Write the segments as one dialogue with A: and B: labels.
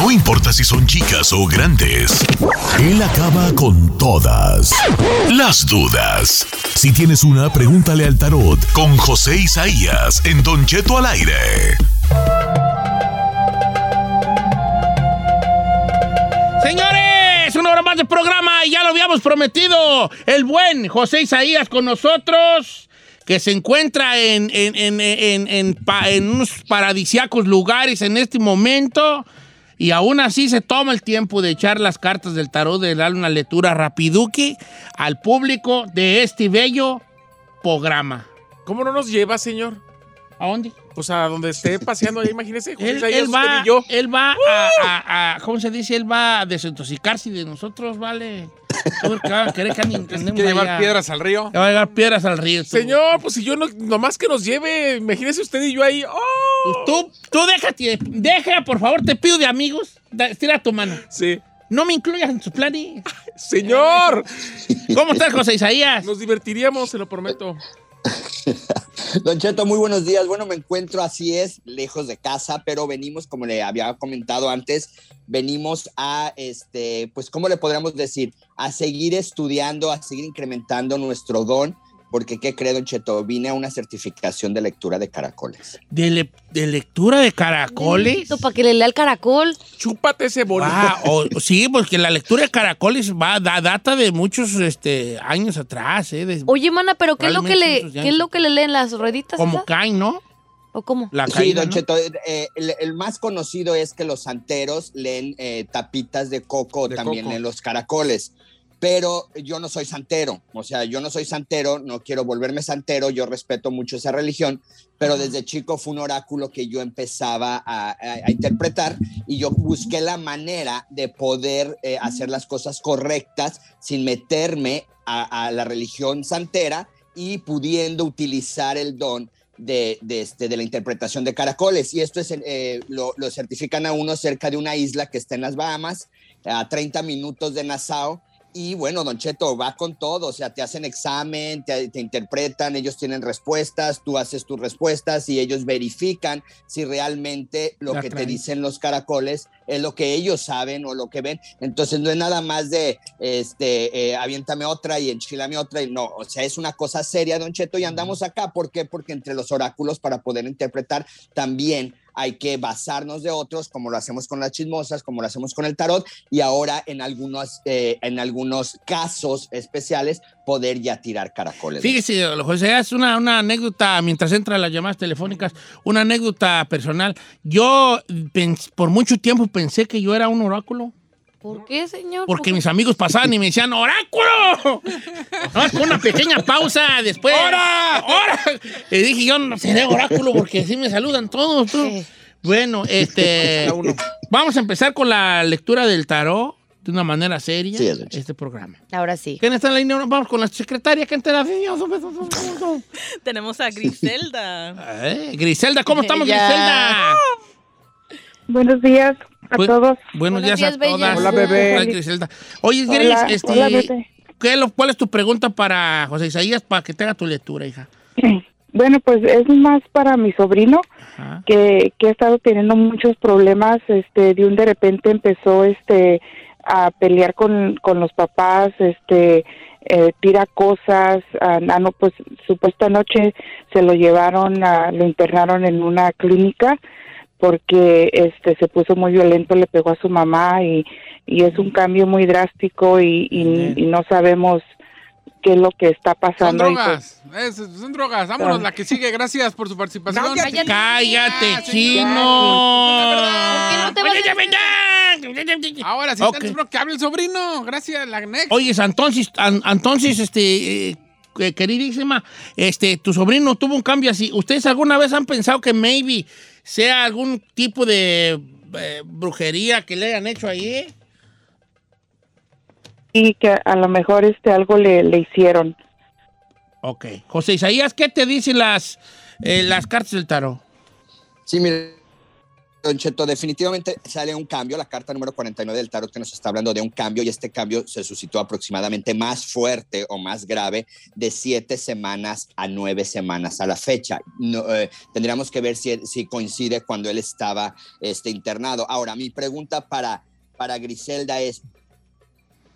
A: No importa si son chicas o grandes, él acaba con todas las dudas. Si tienes una, pregúntale al tarot con José Isaías en Don Cheto al aire.
B: Señores, una hora más de programa y ya lo habíamos prometido. El buen José Isaías con nosotros, que se encuentra en, en, en- en- en pa- en unos paradisiacos lugares en este momento. Y aún así se toma el tiempo de echar las cartas del tarot, de darle una lectura rapiduki al público de este bello programa.
C: ¿Cómo no nos lleva, señor?
B: ¿A dónde?
C: Pues a donde esté paseando ahí, imagínese. José
B: Él,
C: Isaías,
B: él va,
C: usted y yo.
B: él va a, a- a- ¿cómo se dice? Él va a desintoxicarse de nosotros, ¿vale? Sobre que va a querer que anden- que andemos
D: ¿Quiere llevar
B: allá.
D: piedras al río?
B: Que va a llevar piedras al río. tú.
C: Señor, pues si yo no, nomás que nos lleve, imagínese usted y yo ahí.
B: Tú, Pues
C: ¡Oh!
B: tú, tú déjate, deja, por favor, te pido de amigos, da- estira tu mano.
C: Sí.
B: No me incluyas en tus planes.
C: Señor,
B: ¿Cómo estás, José Isaías?
C: nos divertiríamos, se lo prometo.
E: Don Cheto, muy buenos días. Bueno, me encuentro así es, lejos de casa, pero venimos, como le había comentado antes, venimos a, este, pues, ¿cómo le podríamos decir? A seguir estudiando, a seguir incrementando nuestro don, porque, ¿qué cree, Don Cheto? Vine a una certificación de lectura de caracoles.
B: De, le- de lectura de caracoles.
F: Para que le lea el caracol.
C: Chúpate ese bolito.
B: Ah, o- sí, porque la lectura de caracoles va, da, data de muchos este, años atrás, ¿eh? De-
F: Oye, mana, pero ¿qué es lo que le,
B: Probablemente
F: qué es lo que le leen las rueditas?
B: como
F: esas?
B: caen, ¿no?
F: ¿O cómo?
B: La
E: sí,
B: caída,
E: Don
B: ¿no?
E: Cheto, eh, el, el más conocido es que los santeros leen eh, tapitas de coco,
D: De
E: también
D: coco.
E: leen los caracoles. Pero yo no soy santero, o sea, yo no soy santero, no quiero volverme santero, yo respeto mucho esa religión, pero desde chico fue un oráculo que yo empezaba a, a- a interpretar y yo busqué la manera de poder eh, hacer las cosas correctas sin meterme a, a la religión santera y pudiendo utilizar el don de, de este, de la interpretación de caracoles. Y esto es, eh, lo, lo certifican a uno cerca de una isla que está en las Bahamas, a 30 minutos de Nassau. Y bueno, Don Cheto, va con todo, o sea, te hacen examen, te, te interpretan, ellos tienen respuestas, tú haces tus respuestas y ellos verifican si realmente lo
B: Ya
E: que
B: traen.
E: te dicen los caracoles es lo que ellos saben o lo que ven. Entonces no es nada más de, este, eh, aviéntame otra y enchilame otra y no, o sea, es una cosa seria, Don Cheto, y andamos acá. ¿Por qué? Porque entre los oráculos para poder interpretar también hay que basarnos de otros, como lo hacemos con las chismosas, como lo hacemos con el tarot, y ahora en algunos, eh, en algunos casos especiales poder ya tirar caracoles.
B: Fíjese, José, es una, una anécdota, mientras entran las llamadas telefónicas, una anécdota personal. Yo pens- por mucho tiempo pensé que yo era un oráculo,
F: ¿Por qué, señor?
B: porque mis amigos pasaban y me decían, ¡oráculo! Nomás con una pequeña pausa después. ¡Hora! ¡Hora! Y dije, yo no seré oráculo porque así me saludan todos. tú.
F: Sí.
B: Bueno, este, vamos a empezar con la lectura del tarot de una manera seria,
E: Sí, Alex.
B: este programa.
F: Ahora sí.
B: ¿Quién está en la línea? Vamos con la secretaria. ¿Quién te la
G: Tenemos a Griselda.
B: Eh, Griselda, ¿cómo estamos,
F: Ella.
B: Griselda?
F: Ah,
H: Buenos días a
B: Bu-
H: todos.
B: Buenos,
F: Buenos
B: días, a
F: días, bella.
B: todas.
C: Hola, bebé.
B: Hola, Griselda. Oye, Gris,
H: Hola,
B: este,
H: hola, bebé.
B: ¿qué es lo- ¿cuál es tu pregunta para José Isaías para que te haga tu lectura, hija?
H: Bueno, pues es más para mi sobrino
B: Ajá.
H: que, que ha estado teniendo muchos problemas. Este, de un de repente empezó este a pelear con, con los papás, este eh, tira cosas. Ah, ah, no, pues supuesta noche se lo llevaron, a, lo internaron en una clínica porque este se puso muy violento, le pegó a su mamá y, y es un cambio muy drástico y, y- y no sabemos qué es lo que está
D: Son
H: pasando. y, pues,
D: drogas. Es- son drogas. Vámonos, la que sigue. Gracias por su participación.
F: Cállate.
B: Cállate,
D: Ah, señor.
B: chino.
F: ¿Por qué no te vas a
B: Oye, ya, ya, ya.
D: Ahora sí,
B: Ok.
D: tanto pro- que hable el sobrino. Gracias, la next.
B: Oye, entonces, an- entonces, este, eh, eh, queridísima, este, tu sobrino tuvo un cambio así. ¿Ustedes alguna vez han pensado que maybe sea algún tipo de eh, brujería que le hayan hecho ahí?
H: y que a lo mejor este algo le, le hicieron.
B: Ok. José Isaías, ¿qué te dicen las, eh, las cartas del tarot?
E: Sí, mire, Don Cheto, definitivamente sale un cambio. La carta número 49 del tarot que nos está hablando de un cambio y este cambio se suscitó aproximadamente más fuerte o más grave de siete semanas a nueve semanas a la fecha. No, eh, tendríamos que ver si, si coincide cuando él estaba este, internado. Ahora, mi pregunta para, para Griselda es,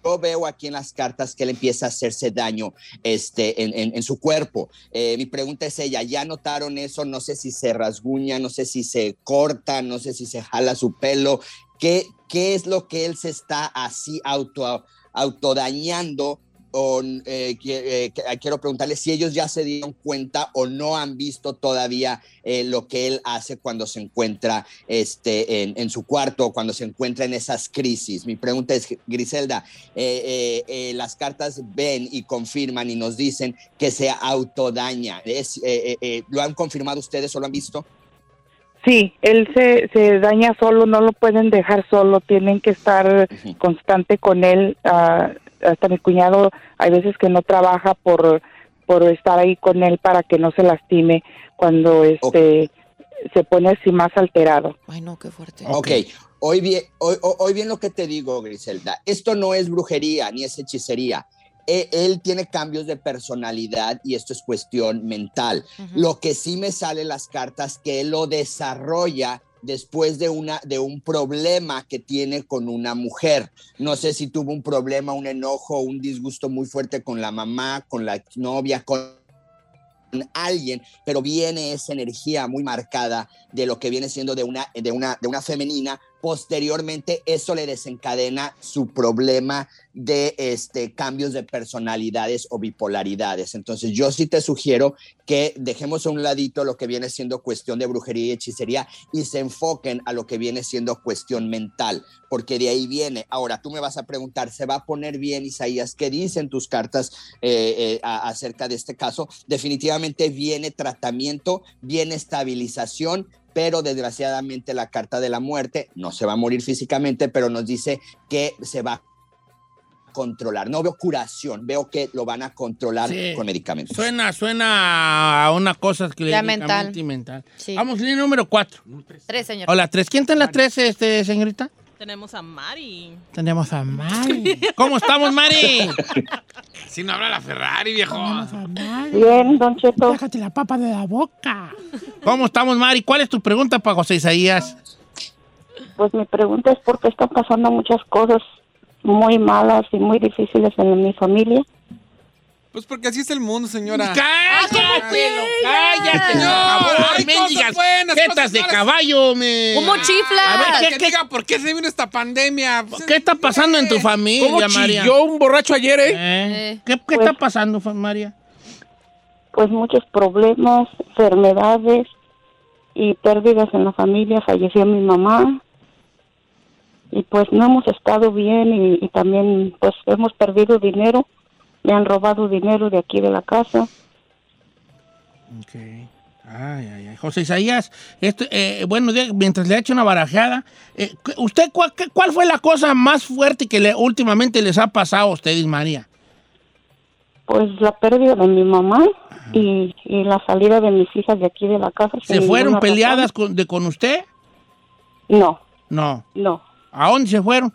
E: yo veo aquí en las cartas que él empieza a hacerse daño este, en, en- en su cuerpo. Eh, mi pregunta es ella, ¿ya notaron eso? No sé si se rasguña, no sé si se corta, no sé si se jala su pelo. ¿Qué, qué es lo que él se está así auto, autodañando? O, eh, que- eh, que- quiero preguntarle si ellos ya se dieron cuenta o no han visto todavía eh, lo que él hace cuando se encuentra este, en, en su cuarto o cuando se encuentra en esas crisis. Mi pregunta es, Griselda, eh, eh, eh, las cartas ven y confirman y nos dicen que se autodaña. Es, eh, eh, eh, ¿Lo han confirmado ustedes o lo han visto?
H: Sí, él se, se daña solo, no lo pueden dejar solo, tienen que estar
E: Ujú.
H: constante con él. ah, hasta mi cuñado hay veces que no trabaja por, por estar ahí con él para que no se lastime cuando este se pone así más alterado.
F: Ay, no, qué fuerte.
E: Ok, Hoy, bien, hoy, hoy- hoy bien lo que te digo, Griselda, esto no es brujería ni es hechicería. E- Él tiene cambios de personalidad y esto es cuestión mental.
F: Ujú.
E: Lo que sí me sale en las cartas que él lo desarrolla después de una de un problema que tiene con una mujer. No sé si tuvo un problema, un enojo, un disgusto muy fuerte con la mamá, con la novia, con alguien, pero viene esa energía muy marcada de lo que viene siendo de una de una de una femenina. Posteriormente eso le desencadena su problema de este cambios de personalidades o bipolaridades. Entonces yo sí te sugiero que dejemos a un ladito lo que viene siendo cuestión de brujería y hechicería y se enfoquen a lo que viene siendo cuestión mental, porque de ahí viene. Ahora tú me vas a preguntar, ¿se va a poner bien Isaías? ¿Qué dicen tus cartas eh, eh, a- acerca de este caso? Definitivamente viene tratamiento, viene estabilización. Pero desgraciadamente la carta de la muerte no se va a morir físicamente, pero nos dice que se va a controlar. No veo curación, veo que lo van a controlar
B: Sí.
E: con medicamentos.
B: Suena, suena a una cosa que
F: Ya
B: mental.
F: mental.
B: mental.
F: Sí.
B: Vamos, línea número 4.
F: Tres, señor.
B: Hola, 3. ¿Quién está en la 3, este, señorita?
G: Tenemos a Mari.
B: Tenemos a Mari. ¿Cómo estamos, Mari?
D: Si no habla la Ferrari, viejo.
H: Bien, don Cheto.
B: la papa de la boca. ¿Cómo estamos, Mari? ¿Cuál es tu pregunta para José Isaías?
H: Pues mi pregunta es por qué están pasando muchas cosas muy malas y muy difíciles en mi familia.
D: Pues porque así es el mundo, señora.
B: ¡Cállate! lo- ¡Cállate!
D: No,
B: ¡Por favor!
D: hay
B: ¡Mendigas
D: cosas buenas,
B: jetas
D: cosas
B: de
D: malas.
B: caballo, me!
F: ¿Cómo
D: A
F: chiflas?
D: ver,
B: ¿qué-
D: que
B: qué-
D: diga por qué se vino esta pandemia. Pues,
B: ¿Qué está pasando en tu
C: ¿Cómo
B: familia, María?
C: chilló un borracho ayer, eh?
B: ¿Eh?
F: Eh.
B: ¿Qué, qué está pasando, fa- María?
H: Pues muchos problemas, enfermedades y pérdidas en la familia. Falleció mi mamá y pues no hemos estado bien y, y también pues hemos perdido dinero. Me han robado dinero de aquí de la casa.
B: Ok. Ay, ay, ay. José Isaías, esto, eh, bueno, de- mientras le ha hecho una barajada, eh, cu- ¿usted cuál, qué- cuál fue la cosa más fuerte que le, últimamente les ha pasado a ustedes, María?
H: Pues la pérdida de mi mamá y, y la salida de mis hijas de aquí de la casa.
B: ¿Se fueron
H: sin ninguna razón.
B: peleadas con, de, con usted?
H: No,
B: No.
H: no.
B: ¿A dónde se fueron?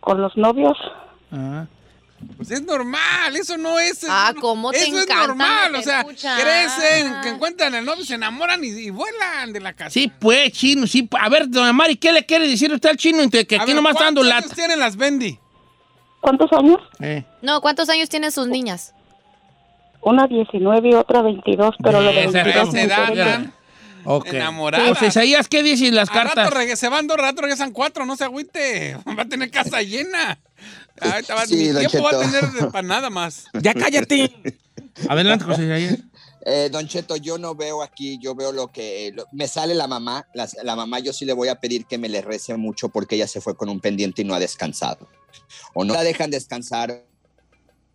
H: Con los novios.
B: Ah.
D: Pues es normal, eso no es.
F: Ah,
D: no-
F: cómo te
D: Eso es
F: encanta Ah.
D: normal, o
F: meter
D: sea,
F: cuchara.
D: crecen, que encuentran el novio, se enamoran y, y vuelan de la casa.
B: Sí, pues, chino, sí. A ver, don Mari, ¿qué le quiere decir usted al chino? Entre Que
D: A
B: aquí
D: ver,
B: nomás está dando
D: ¿cuántos años
B: lata.
D: tienen las Bendy?
H: ¿Cuántos años?
B: Eh.
F: No, ¿cuántos años tienen sus niñas?
H: Una 19 y otra 22, pero lo de
B: Esa
H: 22
D: se
H: me
D: da,
H: interesa.
D: dan
B: Ok.
D: enamoradas.
B: José Isaías, ¿qué dicen las
D: Al rato
B: cartas?
D: reg- se van dos rato, regresan cuatro, no se agüite. Va a tener casa llena. Ahorita va,
E: Sí,
D: mi
E: don
D: tiempo va a
E: Cheto.
D: tener de- para nada más.
C: Ya cállate.
B: Adelante, José Isaías.
E: Eh, don Cheto, yo no veo aquí, yo veo lo que eh, lo- me sale la mamá. las- la mamá, yo sí le voy a pedir que me le rece mucho porque ella se fue con un pendiente y no ha descansado. O no la dejan descansar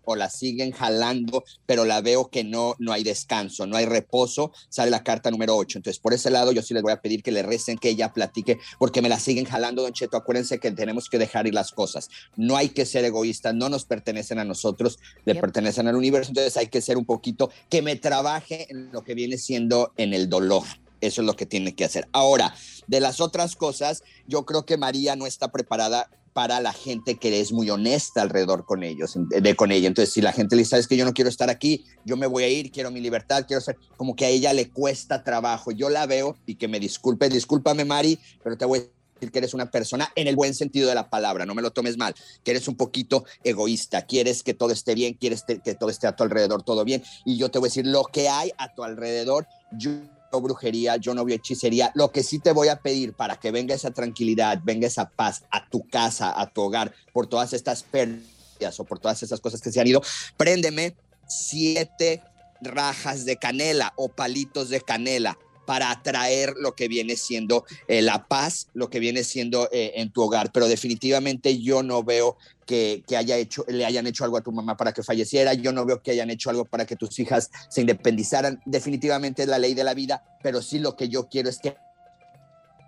E: o la siguen jalando, pero la veo que no, no hay descanso, no hay reposo, sale la carta número 8. Entonces, por ese lado, yo sí les voy a pedir que le recen, que ella platique, porque me la siguen jalando, don Cheto. Acuérdense que tenemos que dejar ir las cosas. No hay que ser egoístas, no nos pertenecen a nosotros, le
F: Yep.
E: pertenecen al universo, entonces hay que ser un poquito que me trabaje en lo que viene siendo en el dolor. Eso es lo que tiene que hacer. Ahora, de las otras cosas, yo creo que María no está preparada para la gente que es muy honesta alrededor con ellos, de, de- con ella. Entonces, si la gente le dice, sabes que yo no quiero estar aquí, yo me voy a ir, quiero mi libertad, quiero ser, como que a ella le cuesta trabajo. Yo la veo y que me disculpe, discúlpame Mari, pero te voy a decir que eres una persona en el buen sentido de la palabra, no me lo tomes mal, que eres un poquito egoísta, quieres que todo esté bien, quieres te- que todo esté a tu alrededor, todo bien, y yo te voy a decir lo que hay a tu alrededor, yo no brujería, yo no veo hechicería, lo que sí te voy a pedir para que venga esa tranquilidad, venga esa paz a tu casa, a tu hogar, por todas estas pérdidas o por todas esas cosas que se han ido, préndeme siete rajas de canela o palitos de canela para atraer lo que viene siendo eh, la paz, lo que viene siendo eh, en tu hogar. Pero definitivamente yo no veo que, que haya hecho, le hayan hecho algo a tu mamá para que falleciera, yo no veo que hayan hecho algo para que tus hijas se independizaran. Definitivamente es la ley de la vida, pero sí lo que yo quiero es que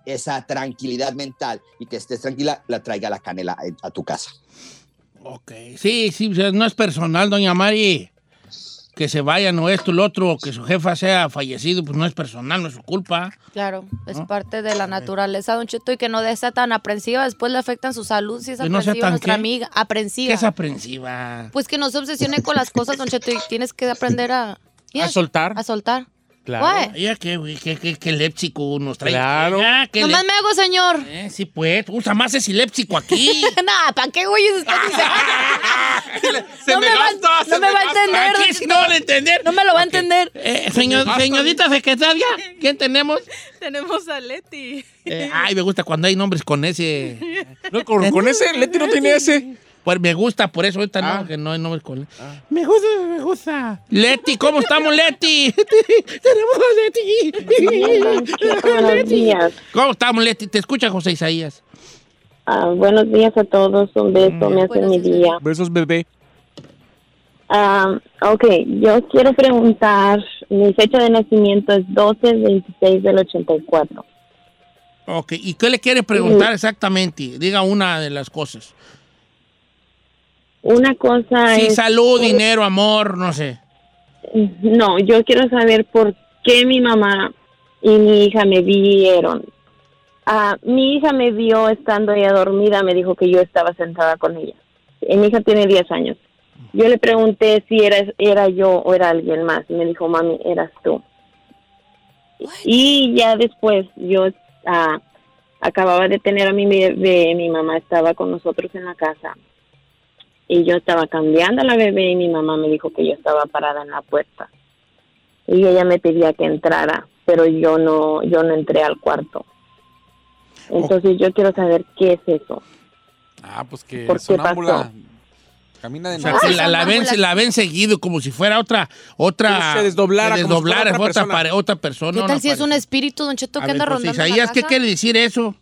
E: esa tranquilidad mental y que estés tranquila la traiga la canela a, a tu casa.
B: Ok. Sí, sí, o sea, no es personal, doña Mari. Que se vayan o esto, lo otro, o que su jefa sea fallecido, pues no es personal, no es su culpa.
F: Claro, es
B: ¿No?
F: parte de la naturaleza, don Cheto, y que no de esa tan aprensiva, después le afectan su salud si es
B: Que no sea
F: aprensiva
B: tan
F: nuestra
B: ¿qué?
F: amiga,
B: Que
F: aprensiva.
B: es aprensiva.
F: Pues que no se obsesione con las cosas, don Cheto, y tienes que aprender a... Yeah,
C: A soltar.
F: A soltar.
C: Claro.
F: Guay.
B: Oye, qué, güey, qué, qué, qué léxico nos trae.
C: Claro.
B: Ah, qué
F: Nomás me hago, señor.
B: lé- Eh, sí, pues, usa más ese léxico aquí.
F: Nada, ¿para qué güeyes estás
B: Ah.
F: diciendo? no me va, no me va a entender.
B: Aquí
F: don
B: sí no van a entender.
F: No me lo va a
B: Ok.
F: entender.
B: Eh, señor- señorita secretaria, ¿quién tenemos?
G: Tenemos a Leti.
B: Eh, ay, me gusta cuando hay nombres con ese.
C: No, con, con ese, Leti no tiene ese.
B: Pues me gusta, por eso ahorita
C: Ah.
B: no, que no hay nombres con. Me gusta, me gusta. Leti, ¿cómo estamos, Leti? Tenemos a
I: Buenos
B: Leti.
I: días, buenos días.
B: ¿Cómo estamos, Leti? Te escucha José Isaías.
I: Ah, buenos días a todos, un beso, me hace
F: Buenos
I: mi
F: días.
I: día.
C: Versos bebé.
I: Ah, ok, yo quiero preguntar, mi fecha de nacimiento es 12-26 del 84.
B: Ok, ¿y qué le quiere preguntar exactamente? Diga una de las cosas.
I: Una cosa
B: Sí,
I: es...
B: salud,
F: pues,
B: dinero, amor, no sé.
I: No, yo quiero saber por qué mi mamá y mi hija me vieron. Ah, mi hija me vio estando ella dormida, me dijo que yo estaba sentada con ella. Eh, Mi hija tiene 10 años. Yo le pregunté si era, era yo o era alguien más. y Me dijo, mami, eras tú. Y ya después yo ah, acababa de tener a mi bebé, mi mamá estaba con nosotros en la casa y yo estaba cambiando a la bebé y mi mamá me dijo que yo estaba parada en la puerta y ella me pedía que entrara pero yo no yo no entré al cuarto entonces yo quiero saber qué es eso
D: Ah, pues que
I: ¿Por qué
D: sonámbula.
I: pasó?
D: Camina de
B: O sea,
D: noche.
B: que la, la ven,
F: sonámbulas.
B: la ven seguido como si fuera otra. otra
C: Que se desdoblara
B: se
C: como si fuera
B: desdoblara,
C: otra
B: otra,
C: persona.
B: pare- otra persona.
F: ¿Qué
B: una
F: tal si es un
B: pareja.
F: espíritu, don Cheto,
B: A
F: que anda
B: ver, José
F: rondando en la
B: Isaías, ¿qué
F: casa?
B: quiere decir eso?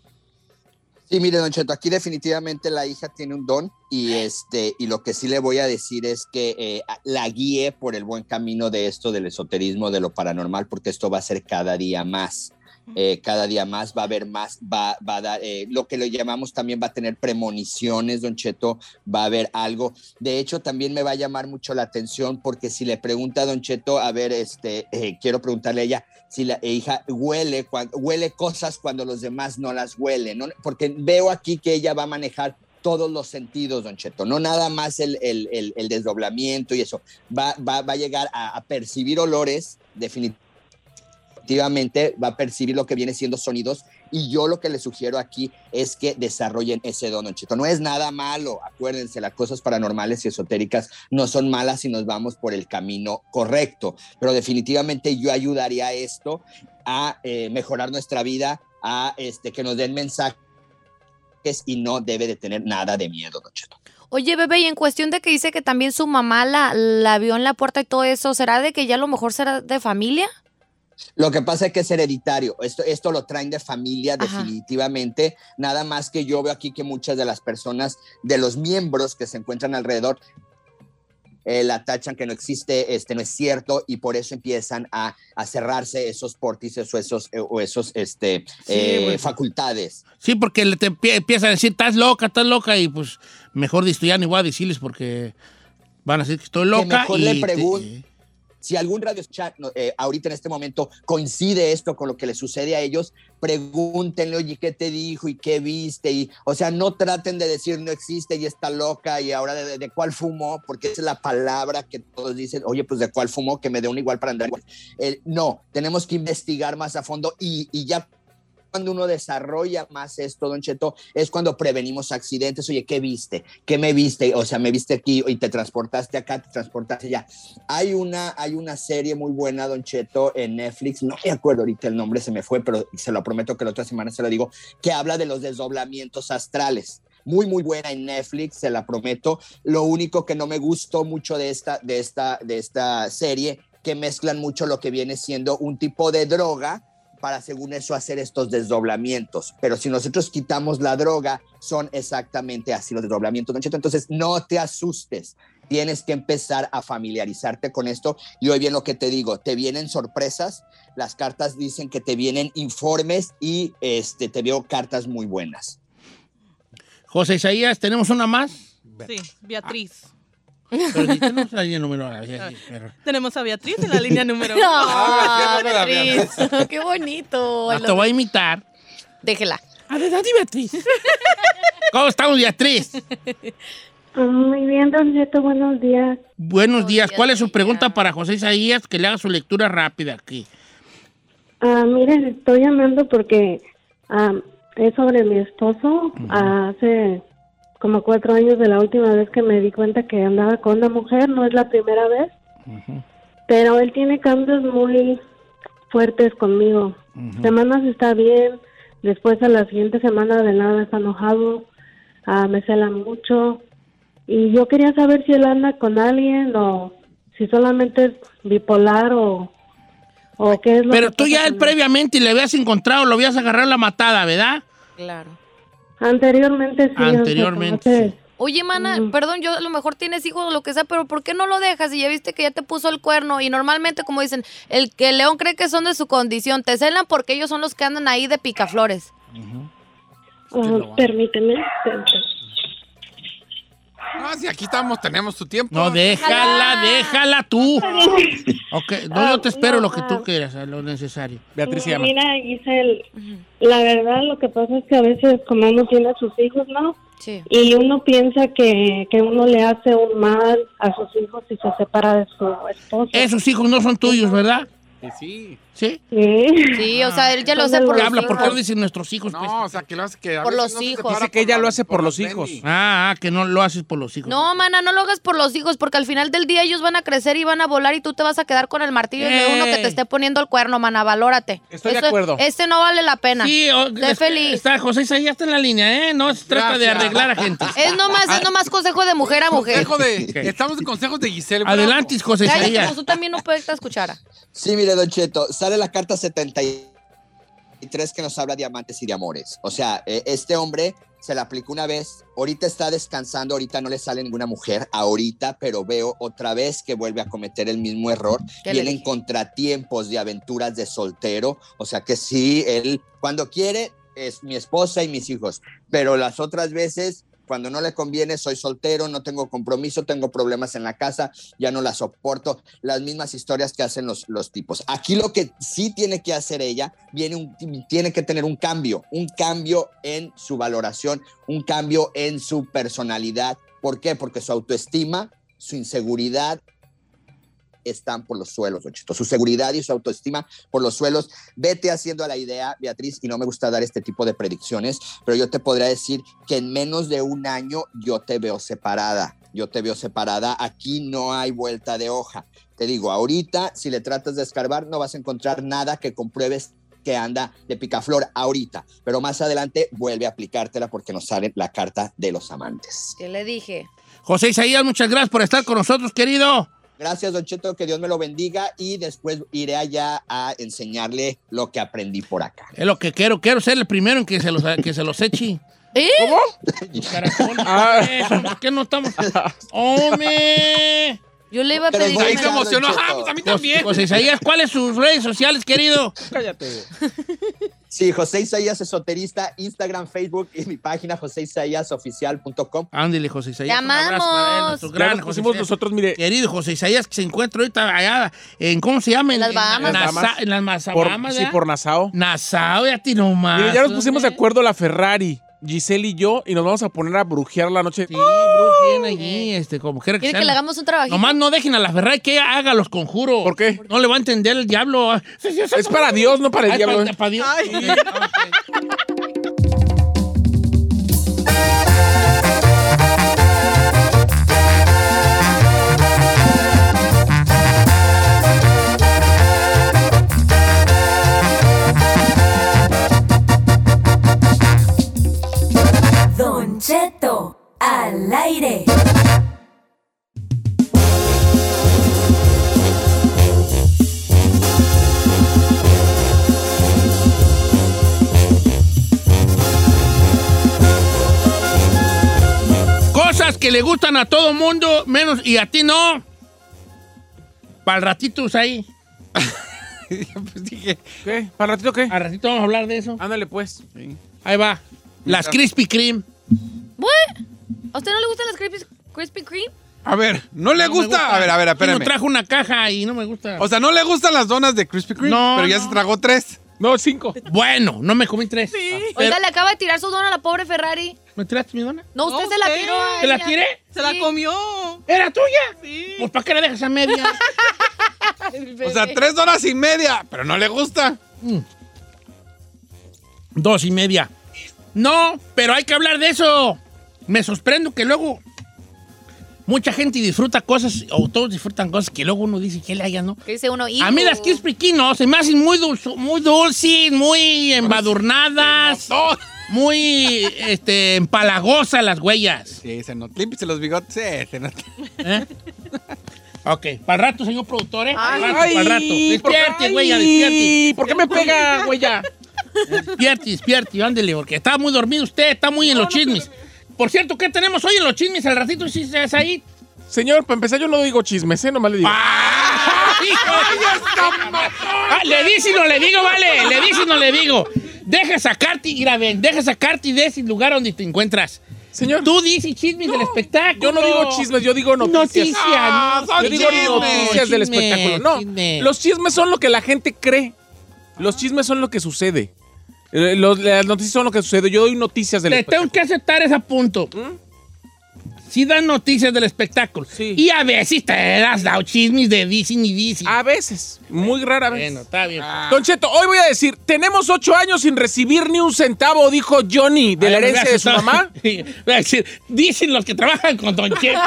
E: Sí, mire, Don Cheto, aquí definitivamente la hija tiene un don y este y lo que sí le voy a decir es que eh, la guíe por el buen camino de esto del esoterismo, de lo paranormal, porque esto va a ser cada día más. Eh, cada día más va a haber más, va, va a dar, eh, lo que lo llamamos también va a tener premoniciones, don Cheto, va a haber algo. De hecho, también me va a llamar mucho la atención porque si le pregunta a don Cheto, a ver, este, eh, quiero preguntarle a ella, si la hija huele, cua- huele cosas cuando los demás no las huelen, ¿no? porque veo aquí que ella va a manejar todos los sentidos, don Cheto, no nada más el, el- el- el desdoblamiento y eso, va, va, va a llegar a, a percibir olores, definitivamente va a percibir lo que viene siendo sonidos y yo lo que le sugiero aquí es que desarrollen ese don, don Cheto, no es nada malo, acuérdense, las cosas paranormales y esotéricas no son malas si nos vamos por el camino correcto pero definitivamente yo ayudaría a esto a eh, mejorar nuestra vida, a este, que nos den mensajes y no debe de tener nada de miedo, Don Cheto.
F: Oye, bebé, y en cuestión de que dice que también su mamá la, la vio en la puerta y todo eso, ¿será de que ya a lo mejor será de familia?
E: Lo que pasa es que es hereditario, esto, esto lo traen de familia
F: Ajá.
E: definitivamente, nada más que yo veo aquí que muchas de las personas, de los miembros que se encuentran alrededor, eh, la tachan que no existe, este no es cierto y por eso empiezan a, a cerrarse esos pórtices o esos, eh, o esos este, eh,
B: bueno.
E: facultades.
B: Sí, porque le te empie- empiezan a decir, estás loca, estás loca, y pues mejor disto, ya ni voy a decirles porque van a decir que estoy loca.
E: mejor
B: y
E: le
B: te-
E: pregun- Si algún radio chat no, eh, ahorita en este momento coincide esto con lo que le sucede a ellos, pregúntenle, oye, ¿qué te dijo y qué viste? Y, o sea, no traten de decir no existe y está loca y ahora de, de- de cuál fumó, porque esa es la palabra que todos dicen, oye, pues de cuál fumó, que me dé un igual para andar igual. Eh, no, tenemos que investigar más a fondo y, y ya cuando uno desarrolla más esto, Don Cheto, es cuando prevenimos accidentes. Oye, ¿qué viste? ¿Qué me viste? O sea, me viste aquí y te transportaste acá, te transportaste allá. Hay una, hay una serie muy buena, Don Cheto, en Netflix. No me acuerdo ahorita el nombre, se me fue, pero se lo prometo que la otra semana se lo digo, que habla de los desdoblamientos astrales. Muy, muy buena en Netflix, se la prometo. Lo único que no me gustó mucho de esta, de esta, de esta serie, que mezclan mucho lo que viene siendo un tipo de droga para según eso hacer estos desdoblamientos. Pero si nosotros quitamos la droga, son exactamente así los desdoblamientos, Don Cheto. Entonces, no te asustes. Tienes que empezar a familiarizarte con esto. Y hoy bien lo que te digo, te vienen sorpresas. Las cartas dicen que te vienen informes y este, te veo cartas muy buenas.
B: José Isaías, ¿tenemos una más?
G: Sí, Beatriz.
E: Ah.
B: Pero si tenemos ahí el número. ahí, ahí, pero-
G: Tenemos a Beatriz en la línea número uno.
F: Ah,
D: qué buena,
F: Beatriz. Qué bonito.
B: Ah, Te voy a imitar.
F: Déjela.
B: Adelante, Beatriz. ¿Cómo estamos, Beatriz?
H: Ah, Muy bien, Don Cheto, buenos días.
B: Buenos
F: Buenos
B: días.
F: días,
B: ¿Cuál es su
F: María.
B: pregunta para José Isaías? Que le haga su lectura rápida aquí.
H: Ah, miren, estoy llamando porque ah, es sobre mi esposo. Ah, hace como cuatro años de la última vez que me di cuenta que andaba con una mujer, no es la primera vez. Pero él tiene cambios muy fuertes conmigo. Semanas está bien, después a la siguiente semana de nada está enojado, ah, me cela mucho. Y yo quería saber si él anda con alguien o si solamente es bipolar o, o qué es lo
B: Pero
H: que
B: tú
H: pasa
B: ya él
H: con
B: previamente le habías encontrado, lo habías agarrado la matada, ¿verdad?
F: Claro.
H: Anteriormente sí.
B: Anteriormente,
H: o sea, como hace-
B: sí.
F: Oye, mana, perdón, yo a lo mejor tienes hijos o lo que sea, pero ¿por qué no lo dejas? Y ya viste que ya te puso el cuerno. Y normalmente, como dicen, el que el león cree que son de su condición, te celan porque ellos son los que andan ahí de picaflores.
H: ah, permíteme.
D: No, si aquí estamos, tenemos tu tiempo.
B: No, déjala, déjala tú. Ok, no, yo te espero
H: no,
B: lo que tú
H: ah.
B: quieras, eh, lo necesario.
C: Beatriz se llama.
H: Mira, Giselle, la verdad lo que pasa es que a veces como uno tiene a sus hijos, ¿no?
F: Sí.
H: Y uno piensa que, que uno le hace un mal a sus hijos si se separa de su esposo.
B: Esos hijos no son tuyos, ¿verdad?
C: Que sí.
B: ¿Sí.
H: Sí.
F: Sí, o sea, él ya lo hace por
B: ¿Qué
F: los
B: habla?
F: hijos.
B: ¿Por qué no dicen nuestros hijos? pues?
D: No, o sea, que lo hace que. a
F: Por
D: veces
F: los
D: no se
F: hijos.
D: separa
C: Dice que
D: por
C: ella
D: la-
C: lo hace por los
D: la
C: hijos.
D: Fendi.
B: Ah, ah, que no lo haces por los hijos.
F: No, mana, no lo hagas por los hijos, porque al final del día ellos van a crecer y van a volar y tú te vas a quedar con el martillo de uno que
B: ¡Ey!
F: te esté poniendo el cuerno, mana, valórate.
C: Estoy de acuerdo.
F: Este no vale la pena.
B: Sí, o-
F: Sé
B: es-
F: feliz.
B: Está, José Isaías está en la línea, ¿eh? No se trata de
D: Gracias.
B: arreglar a gente.
F: Es nomás, es nomás consejo de mujer a mujer.
D: Consejo de, Estamos en consejos de Giselle. Bravo.
B: Adelante, José
F: Cállate, pues
B: Isaías.
F: tú también no puedes escuchar.
E: Sí, mire, Don Cheto, sale la carta 73 que nos habla de amantes y de amores. O sea, eh, este hombre se la aplicó una vez, ahorita está descansando, ahorita no le sale ninguna mujer, ahorita, pero veo otra vez que vuelve a cometer el mismo error.
F: ¿Qué le
E: Vienen
F: dije?
E: contratiempos de aventuras de soltero. O sea que sí, él cuando quiere es mi esposa y mis hijos, pero las otras veces... Cuando no le conviene, soy soltero, no tengo compromiso, tengo problemas en la casa, ya no la soporto, las mismas historias que hacen los, los tipos. Aquí lo que sí tiene que hacer ella, viene un, tiene que tener un cambio, un cambio en su valoración, un cambio en su personalidad. ¿Por qué? Porque su autoestima, su inseguridad están por los suelos, Don Cheto. Su seguridad y su autoestima por los suelos. Vete haciendo a la idea, Beatriz, y no me gusta dar este tipo de predicciones, pero yo te podría decir que en menos de un año yo te veo separada. Yo te veo separada. Aquí no hay vuelta de hoja. Te digo, ahorita, si le tratas de escarbar, no vas a encontrar nada que compruebes que anda de picaflor ahorita, pero más adelante vuelve a aplicártela porque nos sale la carta de los amantes.
F: ¿Qué le dije?
B: José Isaías, muchas gracias por estar con nosotros, querido.
E: Gracias, Don Cheto, que Dios me lo bendiga y después iré allá a enseñarle lo que aprendí por acá.
B: Es lo que quiero, quiero ser el primero en que se los, que se los eche.
F: ¿Eh?
B: Los caracoles.
C: Ah.
B: Eso, ¿Por qué no estamos?
D: Ah.
B: ¡Hombre!
F: Yo le iba a
E: Pero
F: pedir.
E: voy
F: que
D: Ahí
F: me
D: se
E: Don
F: la-
D: emocionó.
E: Cheto.
D: Ah, pues a mí
B: José,
D: también.
B: José Isaías, ¿cuáles sus redes sociales, querido?
C: Cállate.
E: Sí, José Isaías Esoterista, Instagram, Facebook y mi página joseisaiasoficial.com.
B: Ándele, José Isaías.
F: Te
B: un abrazo
F: amamos.
B: para él, nuestro
C: Ya
B: gran José
C: nos pusimos
B: Isaías.
C: nosotros, mire,
B: Querido José Isaías, que se encuentra ahorita allá en, ¿cómo se llama?
F: En las Bahamas.
B: En, Nasa-
C: Bahamas.
B: en las
C: por,
B: Bahamas,
C: sí, por Nassau.
B: Nasao, ya ti nomás.
C: Mire, ya nos pusimos de
B: hombre.
C: acuerdo la Ferrari, Giselle y yo, y nos vamos a poner a brujear la noche.
B: Sí, bro, bien allí, este, como quiera que
F: ¿Quiere
B: sea.
F: que le hagamos un trabajito?
B: Nomás no dejen a la Ferrari que ella haga los conjuros.
C: ¿Por qué?
B: No le va a entender el diablo.
C: Es para Dios, no para el
B: Ay,
C: diablo.
B: pa- pa' Dios. Ok, ok.
J: Don Cheto, al aire.
B: Cosas que le gustan a todo mundo, menos y a ti no. Para el ratito es ahí.
D: Pues dije,
C: ¿Qué? ¿Para ratito
D: Ah.
C: qué?
B: Al ratito vamos a hablar de eso.
C: Ándale, pues.
B: Ahí va. Las Krispy Kreme.
F: ¿What? ¿A usted no le gustan las Krispy, Krispy Kreme?
D: a ver, ¿no le
B: No me
D: gusta? A ver, a ver,
B: Aquí
D: espérame.
B: nos trajo una caja y no me gusta.
D: O sea, no le gustan las donas de Krispy Kreme,
B: No,
D: pero ya
B: no.
D: se tragó tres.
C: No, cinco.
B: bueno, no me comí tres. Pero-
F: Oiga, le acaba de tirar su dona a la pobre Ferrari.
B: ¿Me tiraste mi dona?
F: No, usted
G: No,
F: se la
G: usted.
F: tiró a
B: ¿Te la
F: ella.
B: tiré?
G: Se la
F: Sí.
G: comió.
B: ¿Era tuya?
G: Sí.
B: Pues ¿para qué la dejas a media?
D: O sea, tres donas y media, pero no le gusta.
B: Dos y media. No, pero hay que hablar de eso. Me sorprendo que luego mucha gente disfruta cosas, o todos disfrutan cosas que luego uno dice que le hayan, ¿no?
F: Que dice uno,
B: A mí las Krispy
F: Krispy
B: Kreme no, se me hacen muy, dulce- muy dulces, muy embadurnadas,
D: Dos.
B: muy este, empalagosas las huellas.
D: Sí, se notó. Límpiese los bigotes. Sí, se notó.
B: ¿Eh? Ok, para rato, señor productor, ¿eh? Para rato, para rato.
C: ¿por qué?
B: Despierte, güey,
C: Ay,
B: despierte.
C: ¿Por qué me pega, güey? ya?
B: Despierte, despierte, ándele, porque está muy dormido usted, está muy en los chismes. Por cierto, ¿qué tenemos hoy en los chismes? Al ratito, si es ahí.
C: Señor, para empezar, yo no digo chismes, ¿eh? Nomás le digo.
B: ¡Ah! Ah, Le dice y no le digo, vale. Le dice y no le digo. Deja sacarte y graben. Deja sacarte y de ese lugar donde te encuentras.
C: Señor,
B: Tú dices chismes del espectáculo.
C: yo no digo chismes, yo digo noticias.
B: Noticias.
D: Ah,
B: no,
D: son
C: Yo digo
D: Chismes,
C: noticias del
B: chismes,
C: espectáculo. No,
B: chismes.
C: los chismes son lo que la gente cree. Los chismes son lo que sucede. Eh, los- las noticias son lo que sucede. Yo doy noticias del
B: Te tengo
C: espectáculo. ¿Mm?
B: que aceptar ese punto. Sí dan noticias del espectáculo.
C: Sí.
B: Y a veces te das dado chismes de Disney y Disney.
C: A veces, muy rara vez.
B: bueno, está bien.
C: Don Cheto, hoy voy a decir, tenemos ocho años sin recibir ni un centavo, dijo Johnny, de la
B: Ay, me
C: herencia de su
B: asustaba.
C: mamá.
B: Sí, voy a decir, dicen los que trabajan con Don Cheto.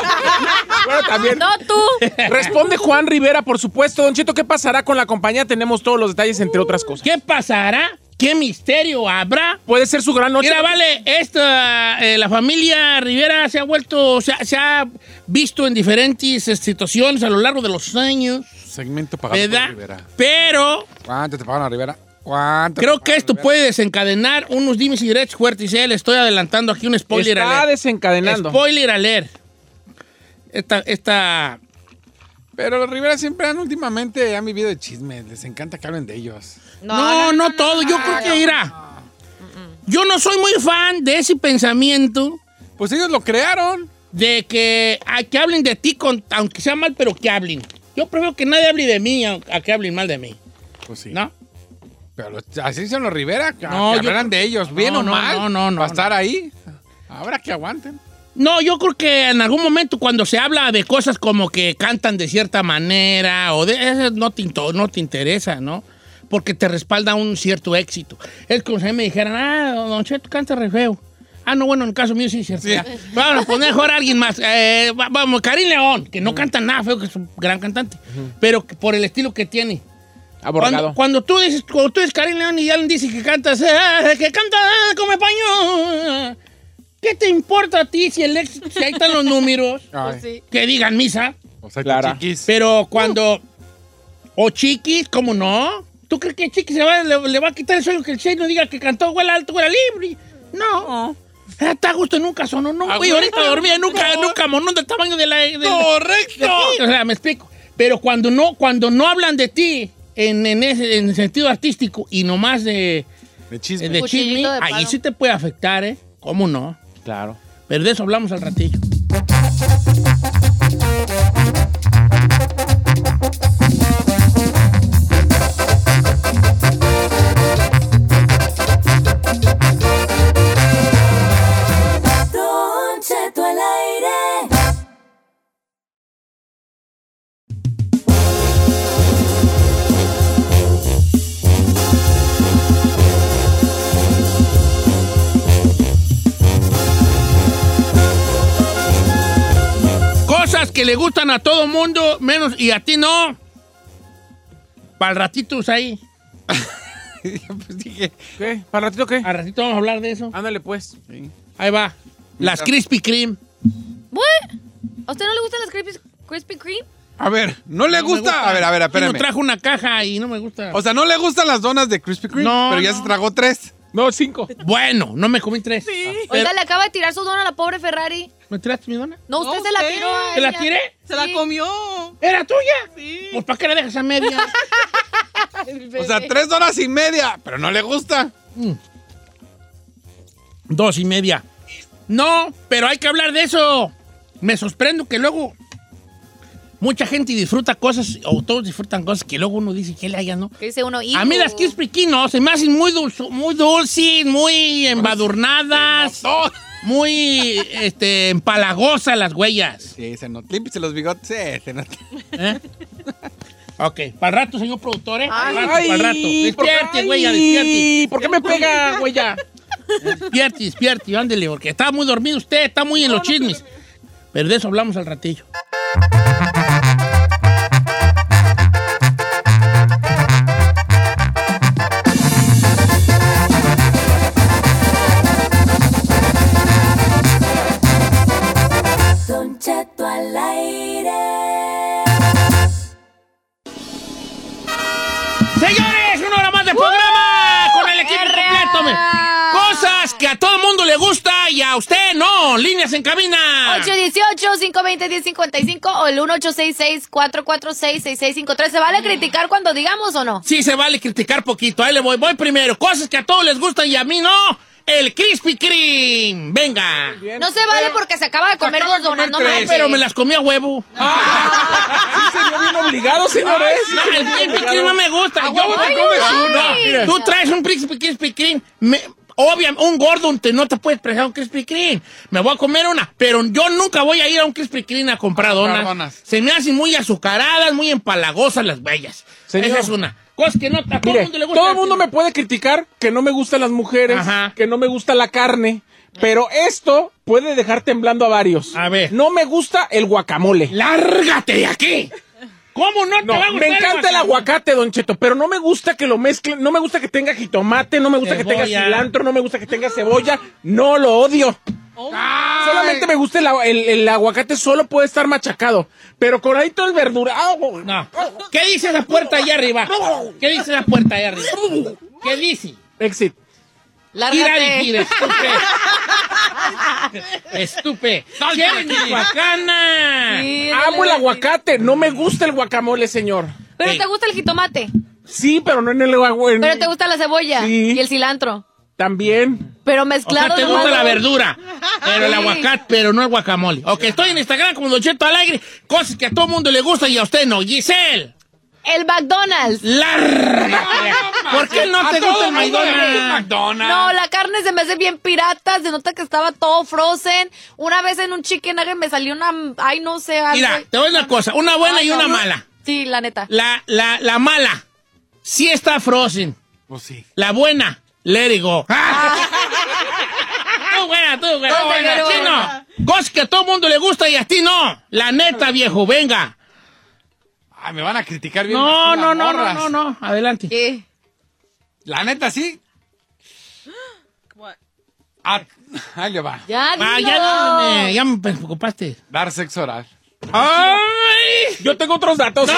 C: Bueno, también.
F: Ah, No, tú.
C: Responde Juan Rivera, por supuesto. Don Cheto, ¿qué pasará con la compañía? Tenemos todos los detalles, entre otras cosas.
B: ¿Qué pasará? ¿Qué misterio habrá?
C: Puede ser su gran noche.
B: Mira, Ah, vale, esta, eh, la familia Rivera se ha vuelto, se ha, se ha visto en diferentes eh, situaciones a lo largo de los años,
D: Segmento pagado por
B: ¿verdad?
D: Rivera.
B: Pero
D: ¿Cuánto te pagan a Rivera? ¿Cuánto? te
B: creo que
D: pagan a
B: esto
D: Rivera?
B: puede desencadenar unos dimes y derechos fuertes. eh, Le estoy adelantando aquí un spoiler
C: Está
B: alert.
C: desencadenando.
B: Spoiler alert. Esta, esta,
D: Pero los Rivera siempre han últimamente han vivido de chismes. Les encanta que hablen de ellos.
B: No, Mm, no, todo. Yo creo que irá. Yo no soy muy fan de ese pensamiento
D: Pues ellos lo crearon.
B: de que, a que hablen de ti, con- aunque sea mal, pero que hablen. Yo prefiero que nadie hable de mí a, a que hablen mal de mí.
D: Pues sí.
B: ¿No?
D: Pero los- así son los Rivera. Que
B: No,
D: que
B: yo-
D: hablaran de ellos, bien
B: No,
D: o
B: no,
D: mal.
B: no, no, no,
D: Para estar ahí. Ahora que aguanten.
B: No, yo creo que en algún momento cuando se habla de cosas como que cantan de cierta manera o de eso no te, into- no te interesa, ¿no? Porque te respalda un cierto éxito. Es como si a mí me dijeran, ah, Don Cheto canta re feo. Ah, no, bueno, en el caso mío sí es cierto. ya. Vamos a poner mejor a alguien más. Eh, va- vamos, Karim León, que no canta nada feo, que es un gran cantante, pero que por el estilo que tiene. Cuando,
C: Aborgado.
B: cuando tú dices, cuando tú dices Karim León y alguien dice que cantas, "Ah, que canta ah, como español, ¿qué te importa a ti si el éxito, si ahí están los números?
D: Ay,
G: sí.
B: Que digan misa.
D: O
C: Pues
D: sea,
C: Clara.
D: chiquis.
B: Pero cuando, o Chiquis, ¿cómo no? ¿Tú crees que Chiquis se va- le, le va a quitar el sueño que el Che no diga que cantó huela alto, huela libre? No. Ah, Está a gusto, nunca sonó, no,
C: A
B: güey,
C: gusto.
B: ahorita dormía, nunca, nunca, monón del tamaño de la... de la-
D: ¡Correcto!
B: Sí, o sea, me explico. Pero cuando no, cuando no hablan de ti en, en ese en el sentido artístico y nomás de
D: De chisme.
B: El de
F: Cuchillito
B: chisme,
F: de
B: ahí
F: palo.
B: sí te puede afectar, ¿eh? ¿Cómo no?
C: Claro.
B: Pero de eso hablamos al ratillo.
J: Don Cheto al aire.
B: Cosas que le gustan a todo mundo, menos y a ti no. Para el ratito ahí.
D: Pues dije,
C: ¿Qué? ¿Para ratito qué?
B: Al ratito vamos a hablar de eso.
C: Ándale, pues.
B: Ahí va. Las Krispy Kreme.
F: ¿What? ¿A usted no le gustan las Krispy, Krispy Kreme?
D: a ver, ¿no le
B: No me
D: gusta? A ver, a ver,
B: Aquí
D: espérame.
B: nos trajo una caja y no me gusta.
D: O sea, no le gustan las donas de Krispy Kreme,
B: No,
D: pero ya
B: no.
D: se tragó tres.
C: No, cinco.
B: bueno, no me comí tres. Pero-
F: Oiga, le acaba de tirar su dona a la pobre Ferrari.
B: ¿Me tiraste mi dona?
F: No, usted
G: No,
F: se la
G: usted.
F: tiró a
B: ¿Te la
F: ella.
B: tiré?
G: Se la
F: Sí.
G: comió.
B: ¿Era tuya?
G: Sí.
B: Pues ¿para qué la dejas a media?
D: O sea, tres donas y media, pero no le gusta.
B: Dos y media. No, pero hay que hablar de eso. Me sorprendo que luego mucha gente disfruta cosas, o todos disfrutan cosas que luego uno dice que le hayan, ¿no?
F: Que dice uno,
B: A mí las Krispy
F: Krispy
B: Kreme no, se me hacen muy dulces, muy dulces, muy embadurnadas, muy este, empalagosas las huellas.
D: Sí, se nota. Límpiese los bigotes. Sí, se nota.
B: ¿eh? Ok, para rato, señor productor, ¿eh? Para rato,
C: Ay,
B: para rato.
C: ¿por qué?
B: Despierte,
C: Ay,
B: huella, despierte.
C: ¿Por qué me pega, huella?
B: Despierte, despierte, ándele, porque está muy dormido usted, está muy en los chismes. Pero de eso hablamos al ratillo.
J: Don Cheto al aire.
B: Señores, una hora más de programa con el equipo completo. me- Cosas que a todo el mundo le gusta y a usted no. Líneas en cabina.
F: 818-520-1055 o el 1866-446-6653. ¿Se
B: Mm.
F: vale criticar cuando digamos o no?
B: Sí, se vale criticar poquito. Ahí le voy. Voy primero. Cosas que a todos les gustan y a mí no. El Krispy Kreme. Venga.
F: No se vale porque se acaba de comer dos donas, no
B: Ay,
F: manches.
B: pero me las comí a huevo.
C: Sí, señor, bien obligado, señores.
B: No, el Krispy Kreme no me gusta. Yo
C: huevo te
B: Ay,
C: comes
B: no,
C: uno.
B: no.
C: Mira.
B: Tú traes un Krispy Krispy Kreme. Me- Obviamente, un gordo te- no te puedes prestar un Krispy Kreme. Me voy a comer una, pero yo nunca voy a ir a un Krispy Kreme a comprar donas.
D: donas.
B: Se me hacen muy azucaradas, muy empalagosas las bellas.
C: Señor.
B: Esa es una. Cosa que no, a todo el
C: Mire,
B: mundo le gusta.
C: todo el mundo me puede criticar que no me gustan las mujeres,
B: Ajá.
C: que no me gusta la carne, pero esto puede dejar temblando a varios.
B: A ver.
C: No me gusta el guacamole.
B: ¡Lárgate de aquí! ¿Cómo no, te
C: No,
B: va a gustar
C: me encanta el aguacate, Don Cheto, pero no me gusta que lo mezclen, no me gusta que tenga jitomate, no me gusta que tenga
B: Cebolla.
C: cilantro, no me gusta que tenga cebolla, no lo odio.
D: Oh.
C: Solamente me gusta el, agua- el- el aguacate, solo puede estar machacado, pero con ahí todo el ah, oh, verdurado.
B: No. ¿Qué dice esa puerta allá arriba? ¿Qué dice esa puerta allá arriba? ¿Qué dice?
C: Exit.
B: Tira y
F: Lárgate.
B: gira, estupe. estupe. ¿Quién es Michoacana?
F: Sí,
C: Amo el
F: dale.
C: aguacate, no me gusta el guacamole, señor.
F: Pero
B: Sí.
F: te gusta el jitomate.
C: Sí, pero no en el agua. en-
F: Pero te gusta la cebolla
C: Sí.
F: y el cilantro.
C: También.
F: Pero
B: O sea,
F: mezclado
B: te
F: nomás
B: gusta la
F: no.
B: verdura, pero el
F: Sí.
B: aguacate, pero no el guacamole. Ok, estoy en Instagram como Don Cheto Alegre, cosas que a todo mundo le gusta y a usted no. Giselle,
F: El McDonald's.
B: larga. ¿Por qué no te gusta el McDonald's?
F: No, la carne se me hace bien pirata, se nota que estaba todo frozen. Una vez en un chicken nugget me salió una, ay no sé, algo.
B: Mira, te voy a decir una cosa, una buena
F: Ay,
B: y una
F: no.
B: mala.
F: Sí, la neta.
B: La, la, la mala, sí está frozen.
D: Pues sí.
B: La buena, let it go.
D: Ah.
B: tú buena, tú buena.
F: Tú buena, tú buena.
B: Chino, cosas que a todo mundo le gusta y a ti no. La neta, viejo, venga.
D: Ay, me van a criticar bien.
B: No,
D: machín las
B: no, no, no,
D: morras.
B: no, no. Adelante.
F: ¿Qué?
D: La neta, sí.
G: What?
D: Ah, ahí le va.
F: Ya,
B: Ah,
F: dilo.
B: ya, me, ya me preocupaste.
D: Dar sexo oral.
B: ¡Ay!
C: Yo tengo otros datos.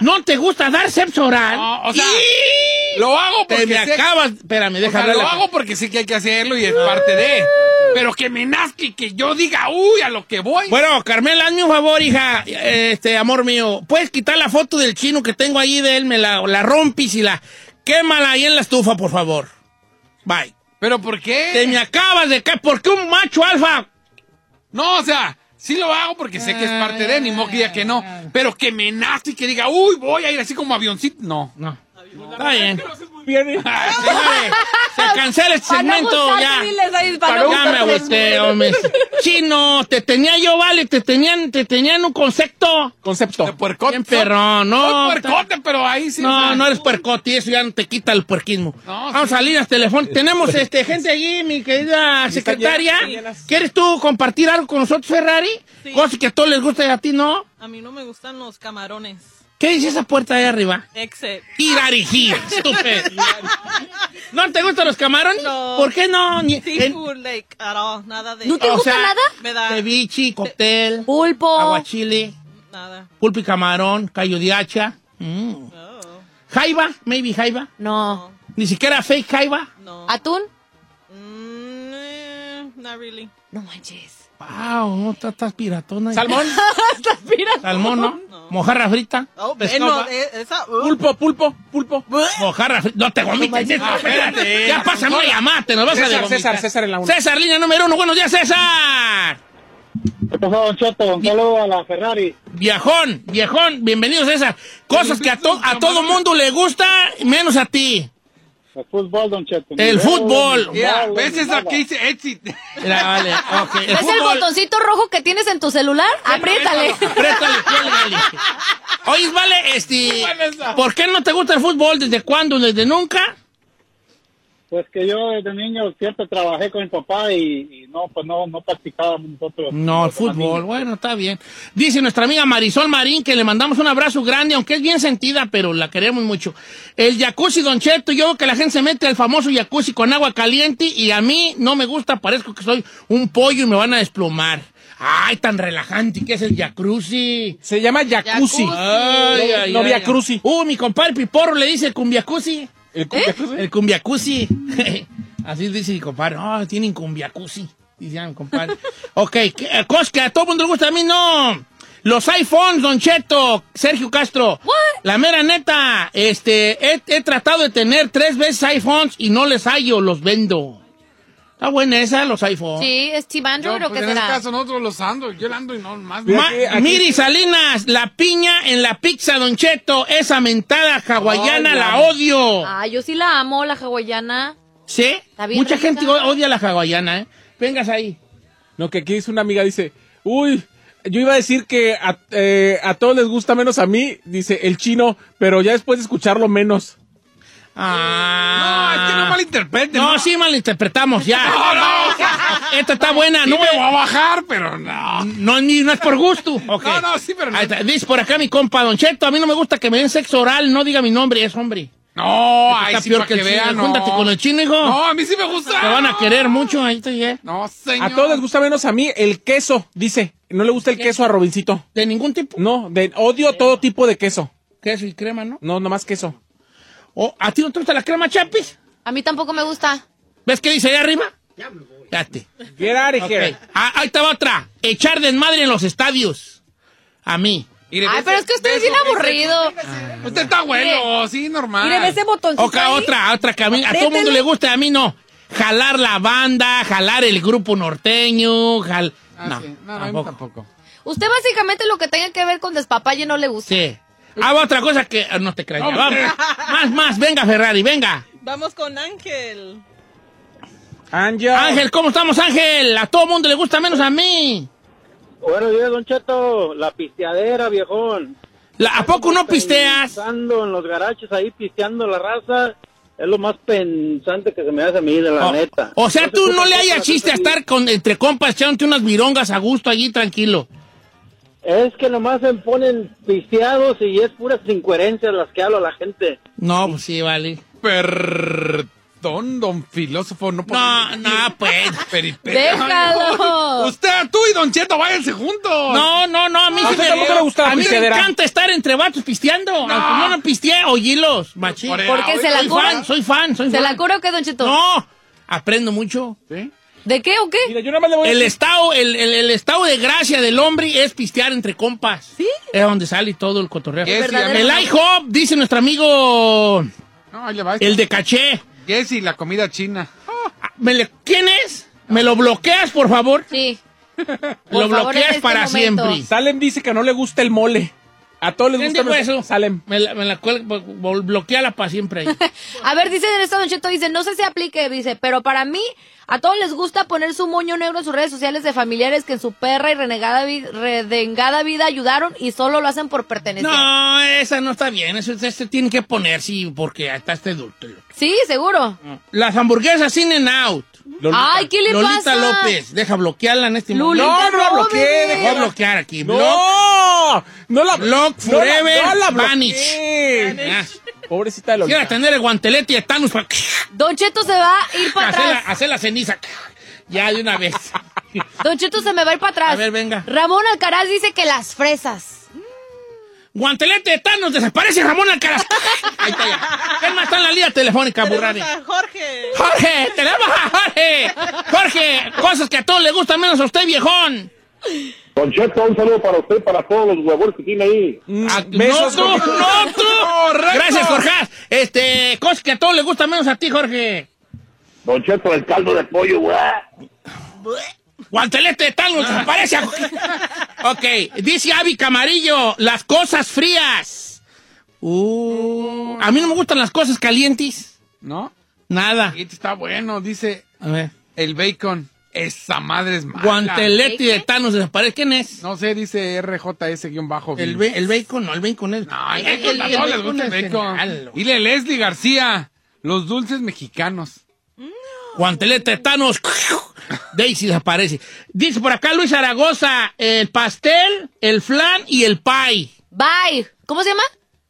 B: ¿No te gusta dar sexo oral?
D: No, o sea,
B: ¡Y!
D: Lo hago
B: te
D: porque
B: me
D: sé-
B: acabas. Espérame,
D: O sea,
B: déjame.
D: lo hago porque sí que hay que hacerlo y es parte de. Pero que me nazca y que yo diga, uy, a lo que voy.
B: Bueno, Carmela, hazme un favor, hija, este, amor mío. ¿Puedes quitar la foto del chino que tengo ahí de él? Me la, la rompis y la... Quémala ahí en la estufa, por favor. Bye.
D: ¿Pero por qué?
B: Te me acabas de caer. ¿Por qué un macho alfa?
D: No, o sea, sí lo hago porque sé que es parte de, ni modo que diga que no. Pero que me nace y que diga, uy, voy a ir así como avioncito. No.
B: No. Está bien. Señores, Se cancela este
F: Para no
B: segmento
F: gustar,
B: ya.
F: diles ahí, para no
B: Ya me
F: gustar.
B: agüité, hombre. Chino, te tenía yo, vale, te tenían, te tenían un concepto.
D: De
C: Concepto.
D: puercote.
B: Bien perrón, no.
D: Soy puercote, pero ahí sí. o
B: No,
D: sea,
B: no eres puercote y eso ya no te quita el puerquismo.
D: No,
B: Vamos
D: sí.
B: a líneas telefónicas. Tenemos este, gente allí, mi querida secretaria.
G: llenas, están llenas.
B: ¿Quieres tú compartir algo con nosotros, Ferrari?
G: Sí.
B: Cosas que a todos les gusta y a ti no.
G: A mí no me gustan los camarones.
B: ¿Qué dice esa puerta ahí arriba?
G: Except.
B: Irarijí, estúpido. ¿No te gustan los camarones?
G: No.
B: ¿Por qué no? Ni- en-
G: Seafood, like, at all. Nada de.
F: ¿No te
B: o
F: gusta
B: sea,
F: nada? Oh.
G: Me da.
B: Ceviche, cóctel, Ah,
F: Pulpo.
B: aguachile,
G: Nada.
B: pulpo y camarón, callo de hacha. Mm.
G: Oh,
B: Jaiba, maybe jaiba.
F: No.
B: Ni siquiera fake jaiba.
G: no.
F: ¿Atún?
G: Mm, eh, not really.
F: No manches.
B: Wow, no estás estás piratona.
C: Salmón.
B: Salmón, ¿no? Mojarra frita.
G: Oh,
B: pescado,
G: bueno,
B: va.
G: eh, esa.
C: Pulpo, pulpo, pulpo.
B: Mojarra frita. No te vomites, César, espérate. Ya pasa una llamada, te nos vas a
C: ah, César,
B: devomitar.
C: César, César en la una.
B: César, línea número uno. Buenos días, César.
K: ¿Qué pasó, Don Cheto? Un saludo a la Ferrari.
B: Viejón, viejón, bienvenido César. Cosas que a, to- a todo mundo le gusta, menos a ti.
K: El fútbol, Don Cheto. eh,
B: El fútbol.
D: Mira,
K: No,
D: ¿ves
K: no,
D: esa
K: nada.
D: que dice exit?
K: eh.
B: Mira, vale, ok. El
F: ¿Ves el
B: fútbol.
F: botoncito rojo que tienes en tu celular? Apriétale.
B: Préstale, cuélgale. Oye, vale, este,
D: buena esa.
B: ¿por qué no te gusta el fútbol? ¿Desde cuándo? ¿Desde nunca?
K: Pues que yo desde niño siempre trabajé con mi papá y, y no, pues no, no practicábamos nosotros.
B: No, el
K: nosotros más
B: fútbol,
K: niños.
B: bueno, está bien. Dice nuestra amiga Marisol Marín que le mandamos un abrazo grande, aunque es bien sentida, pero la queremos mucho. El jacuzzi, Don Cheto, yo veo que la gente se mete al famoso jacuzzi con agua caliente y a mí no me gusta, parezco que soy un pollo y me van a desplomar. Ay, tan relajante que es el jacuzzi.
C: Se llama Jacuzzi.
B: Ay, ay,
C: no
B: ay,
C: via
B: ay.
C: cruci.
B: Uh, mi compadre Piporro le dice cumbiacuzzi.
C: El
D: ¿Eh?
C: cumbia-
B: El cumbiacuzzi. Así dice mi compadre. Ah, tienen cumbiacuzzi. Dice ah, mi compadre. ok, ¿qué, eh, cosas que a todo mundo le gusta, a mí no. Los iPhones, Don Cheto, Sergio Castro. La mera neta, este, he, he tratado de tener tres veces iPhones y no les hallo, los vendo. Está buena esa, los iPhones.
F: Sí, es Steve
D: Yo,
F: Android o
D: pues,
F: qué
D: en este
F: será.
D: caso nosotros los ando, yo la ando y no más.
B: Ma-
C: Aquí- aquí-
B: Miri Salinas, la piña en la pizza, Don Cheto, esa mentada hawaiana
C: Ay,
B: la
C: la-
B: odio.
F: Ah, yo sí la amo, la hawaiana.
B: ¿Sí?
F: Está bien
B: Mucha
F: rica.
B: gente o- odia la hawaiana, ¿eh? Vengas ahí.
C: No, que aquí dice una amiga, dice, uy, yo iba a decir que a, eh, a todos les gusta menos a mí, dice el chino, pero ya después de escucharlo menos.
B: Ah.
D: No, es que no malinterpreten.
B: No, sí malinterpretamos, ya. Esta está buena,
D: No
B: no,
D: me voy a
B: me-
D: bajar, pero no.
B: no, ni- no es por gusto. Ok.
D: No, no, sí, pero no.
B: Ahí está. Dice por acá mi compa, Don Cheto, a mí no me gusta que me den sexo oral, no diga mi nombre, es hombre.
D: No,
C: Este
D: ahí
B: Está
D: sí
B: peor
D: para
B: que el chino.
D: vean, no.
B: Júntate con el chino, hijo.
D: No, a mí sí me gusta.
B: Te van a querer mucho, ahí está, ya.
D: No, señor.
C: A todos les gusta menos a mí el queso, dice. No le gusta el queso a Robincito.
B: De ningún tipo.
C: No, de, odio todo tipo de queso.
B: Queso y crema, ¿no?
C: No, nomás queso.
B: Oh, ¿A ti no te gusta la crema, Chapis?
F: A mí tampoco me gusta.
B: ¿Ves qué dice ahí arriba? Ya me voy.
C: Get out of here.
B: ahí estaba otra. Echar desmadre en los estadios. A mí.
D: Mire,
F: Ay,
D: ves-
F: pero es que usted es
D: ves-
F: bien aburrido.
D: Usted está bueno, sí, normal.
F: botoncito.
B: Ok, otra, otra que a, mí- a todo mundo le gusta, a mí no. Jalar la banda, jalar el grupo norteño, jal...
D: Ah,
B: no,
D: sí. no, no, a mí
B: tampoco.
D: tampoco.
F: Usted básicamente lo que tenga que ver con despapalle no le gusta.
B: Sí. Ah, otra cosa que... ah, No te creas. ya, vamos. más, más. Venga, Ferrari, venga.
G: Vamos con Ángel.
C: Ángel.
D: Ah.
B: Ángel, ¿cómo estamos, Ángel? A todo mundo le gusta menos a mí.
K: Buenos días, Don Cheto. La pisteadera, viejón.
B: La- ¿A poco no pisteas?
K: Pensando en los garaches ahí, pisteando la raza. Es lo más pensante que se me hace a mí, de la
B: O-
K: neta.
B: Oh, O sea, tú
K: se
B: no
K: ocupa
B: le
K: mucho
B: hayas
K: la
B: chiste a
K: raza
B: estar con, entre compas echándote unas virongas a gusto allí, tranquilo.
K: ahí. Es que nomás se ponen pisteados y es puras incoherencias las que habla la gente.
B: No, pues sí, vale.
D: Perdón, don filósofo, no
B: No, no, pues.
D: Peripecia.
F: Déjalo.
D: Usted, tú y don Cheto, váyanse juntos.
B: No, no, no, a mí
C: A
B: sí
C: usted tampoco le gusta la
B: a mí me
C: pisteadera.
B: encanta estar entre vatos pisteando. Aunque yo no pisteé, oílos, machín.
D: Por el-
F: Porque se la
B: soy fan,
F: cura.
B: soy fan, soy
F: ¿Se
B: fan.
F: la cura o qué, Don Cheto?
B: No, aprendo mucho.
D: ¿Sí?
F: ¿De qué o qué?
C: Mira, yo nomás le voy a
B: El
C: decir-
B: estado, el, el- el estado de gracia del hombre es pistear entre compas. Sí. Es donde sale todo el cotorreo.
D: Es
B: El IHOP, dice nuestro amigo El de caché. Ah,
D: Jessy, la comida china.
B: ¿Me le- ¿Quién es? ¿Me lo bloqueas, por favor?
F: Sí.
B: Lo
F: favor, en
B: bloqueas
F: este
B: para
F: momento.
B: siempre.
C: Salem dice que no le gusta el mole. A todos les
B: ¿Quién
C: gusta
B: dijo
C: el
B: eso?
C: Salem.
B: Me la, me la cuel- bo- bo- bloqueala para siempre. ahí.
F: A ver, dice en esta Don Cheto, dice, no sé si aplique, dice, pero para mí, a todos les gusta poner su moño negro en sus redes sociales de familiares que en su perra y renegada vi- redengada vida ayudaron y solo lo hacen por pertenecer.
B: No, esa no está bien. Eso se tiene que poner, sí, porque está este adulto.
F: Sí, seguro.
B: Las hamburguesas in and out.
F: Ay, ¿qué le
B: Lolita
F: pasa?
B: López, deja bloquearla en este
F: Lolita,
B: momento.
C: No, no la bloqueé,
F: bebé.
B: Voy a bloquear aquí.
C: ¡No!
B: Block.
C: No la
B: Block
C: no la-
B: forever,
C: no la
B: vanish.
C: bloqueé.
B: Ah,
C: Pobrecita de
B: Quiero
C: Lolita.
B: tener el guantelete y el Thanos para
F: Don Cheto se va a ir para
B: hacer la,
F: atrás.
B: hacer la ceniza. Ya de una vez.
F: Don Cheto se me va a ir para atrás.
B: A ver, venga.
F: Ramón Alcaraz dice que las fresas.
B: Guantelete de Thanos, desaparece Ramón Alcaraz. Ahí está ya. ¿Quién más está en la línea telefónica, burrari?
G: Tenemos a Jorge.
B: Jorge, tenemos a Jorge. Jorge, cosas que a todos les gustan menos a usted, viejón.
K: Don Cheto, un saludo para usted, para todos los huevos que tiene ahí.
D: Mm,
B: A-
C: besos,
B: Ah, no tú,
C: Jorge.
B: no tú.
C: Correcto.
B: Gracias, Jorge. Este, cosas que a todos les gustan menos a ti, Jorge.
K: Don Cheto, el caldo de pollo, güey.
B: Guantelete de Thanos, desaparece. a Jorge. ok, dice Avi Camarillo, las cosas frías. Uh, a mí no me gustan las cosas calientes.
D: ¿No?
B: Nada.
D: Y está bueno, dice
B: A ver.
D: el bacon. Esa madre es mala.
B: Guantelete de Thanos desaparece. ¿Quién es?
D: No sé, dice RJS-bajo.
B: El, be- el bacon, no, el bacon es.
D: No, el bacon,
B: El-
D: a
B: el
D: todos les
B: bacon
D: gusta el
B: es
D: bacon.
B: genial.
D: Dile Leslie García, los dulces mexicanos.
B: Guantelete de Thanos. Daisy desaparece. Dice por acá Luis Zaragoza, el pastel, el flan y el pie.
F: Bye. ¿Cómo se llama?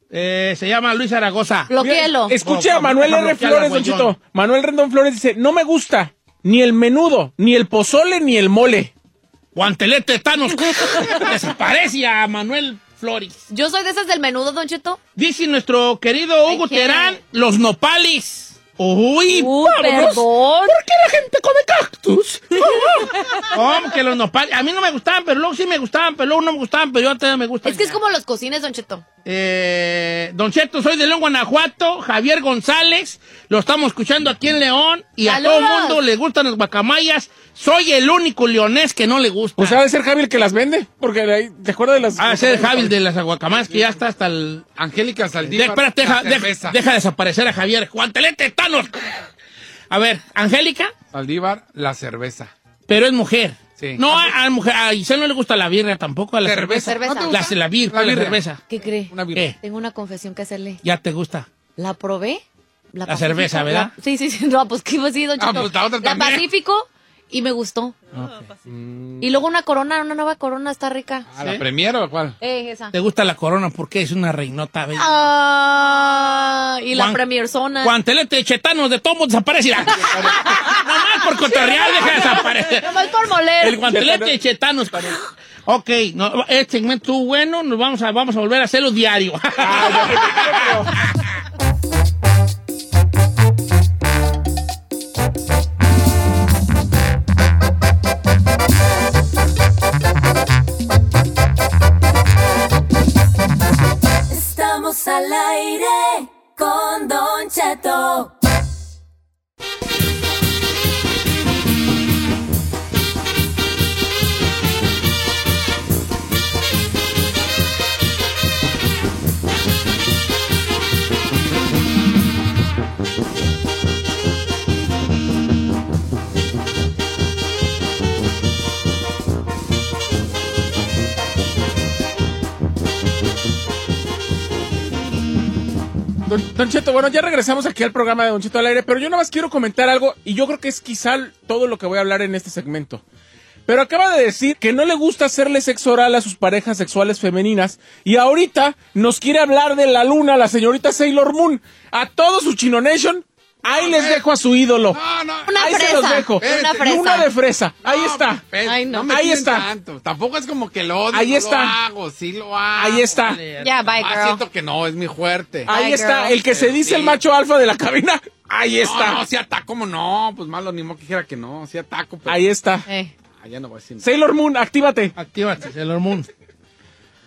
B: Eh, se llama Luis Zaragoza.
F: Bloquéelo.
C: Escuche
B: No,
C: a Manuel
B: déjame
C: R.
B: bloquearla,
C: Flores, Don
B: güey,
C: Chito. Manuel Rendón Flores dice, no me gusta ni el menudo, ni el pozole, ni el mole.
B: Guantelete de Thanos. desaparece a Manuel Flores.
F: Yo soy de esas del menudo, Don Cheto.
B: Dice nuestro querido
F: Ay,
B: Hugo
F: qué-
B: Terán, los nopales. Uy,
F: Uy,
B: vámonos.
F: Uh, perdón.
B: ¿Por qué la gente come cactus? Hombre, que los nopales. A mí no me gustaban, pero luego sí me gustaban, pero luego no me gustaban, pero yo todavía me gustan.
F: Es que es como los cocines, Don Cheto.
B: Eh, don Cheto, soy de León, Guanajuato. Javier González, lo estamos escuchando aquí en León. Y a todo
F: ¡Saludos!
B: el mundo le gustan las guacamayas. Soy el único leonés que no le gusta.
C: Pues
D: Ah.
C: ha de ser Javi el que las vende, porque de ahí- te acuerdas de las...
B: a ser Javi el de las guacamayas que ya está hasta el.
D: Angélica
B: De-
D: Saldívar.
B: espérate, deja,
D: la
B: deja-
D: cerveza.
B: deja desaparecer a Javier. Guantelete, Thanos. A ver, Angélica,
D: Saldívar, la cerveza.
B: pero es mujer.
D: Sí.
B: No, a, a mujer, a Giselle no le gusta la birra tampoco, a la cerveza.
D: Cerveza.
F: Cerveza.
D: ¿No te
B: La,
D: gusta?
B: la birra, la,
D: birria.
B: cerveza.
F: ¿Qué cree?
D: Una birra.
B: Eh,
F: Tengo una confesión que hacerle.
B: ya te gusta.
F: La probé. La, Pacífico,
B: cerveza, ¿verdad?
F: la- sí, sí, sí. No, pues qué iba a decir, Don
D: Ah,
F: Cheto?
D: pues, la otra también.
F: Pacífico y me gustó.
B: Ah, Mm.
F: Y luego una corona, una nueva corona está rica.
D: ¿A la premier o cuál?
F: Eh, esa.
B: Ah. Te gusta la corona porque es una reinota. ¿ves?
F: Ah, y la
B: Guan-
F: Premier Zona.
B: Guantelete de chetanos de tomo desaparecerá. Nomás por cotorrear deja desaparecer.
F: Nomás por moler.
B: El guantelete de chetanos. Ok, no, este segmento estuvo bueno, nos vamos a, vamos a volver a hacerlo diario.
J: Estamos al aire con Don Cheto.
C: Don, Don Cheto, bueno, ya regresamos aquí al programa de Don Cheto al aire, pero yo nada más quiero comentar algo y yo creo que es quizá todo lo que voy a hablar en este segmento. Pero acaba de decir que no le gusta hacerle sexo oral a sus parejas sexuales femeninas y ahorita nos quiere hablar de la luna, la señorita Sailor Moon. A todos su Chino Nation, ahí les dejo a su ídolo.
D: No, no.
F: Una
C: ahí se
F: fresa,
C: los dejo.
F: una fresa.
C: Luna de fresa. Ahí
D: No,
C: está.
D: pues,
F: Ay, no.
D: me
C: Ahí
D: tiren
C: está.
D: tanto. Tampoco es como que lo odio.
C: Ahí
D: no Lo
C: está.
D: hago, sí lo hago.
C: Ahí está.
F: Ya, bye,
D: Más
F: girl.
D: Ah, siento que no, es mi fuerte.
C: Ahí
F: Ay,
C: está.
F: girl.
C: El que se
D: Pero
C: dice
D: sí.
C: el macho alfa de la cabina. Ahí está.
D: No, no, sí ataco, como no. Pues malo, ni modo que dijera que no. Sí ataco, pero.
C: Ahí está.
F: Eh.
D: Ah, ya no voy a decir nada.
C: Sailor Moon, actívate.
B: Actívate, Sailor Moon.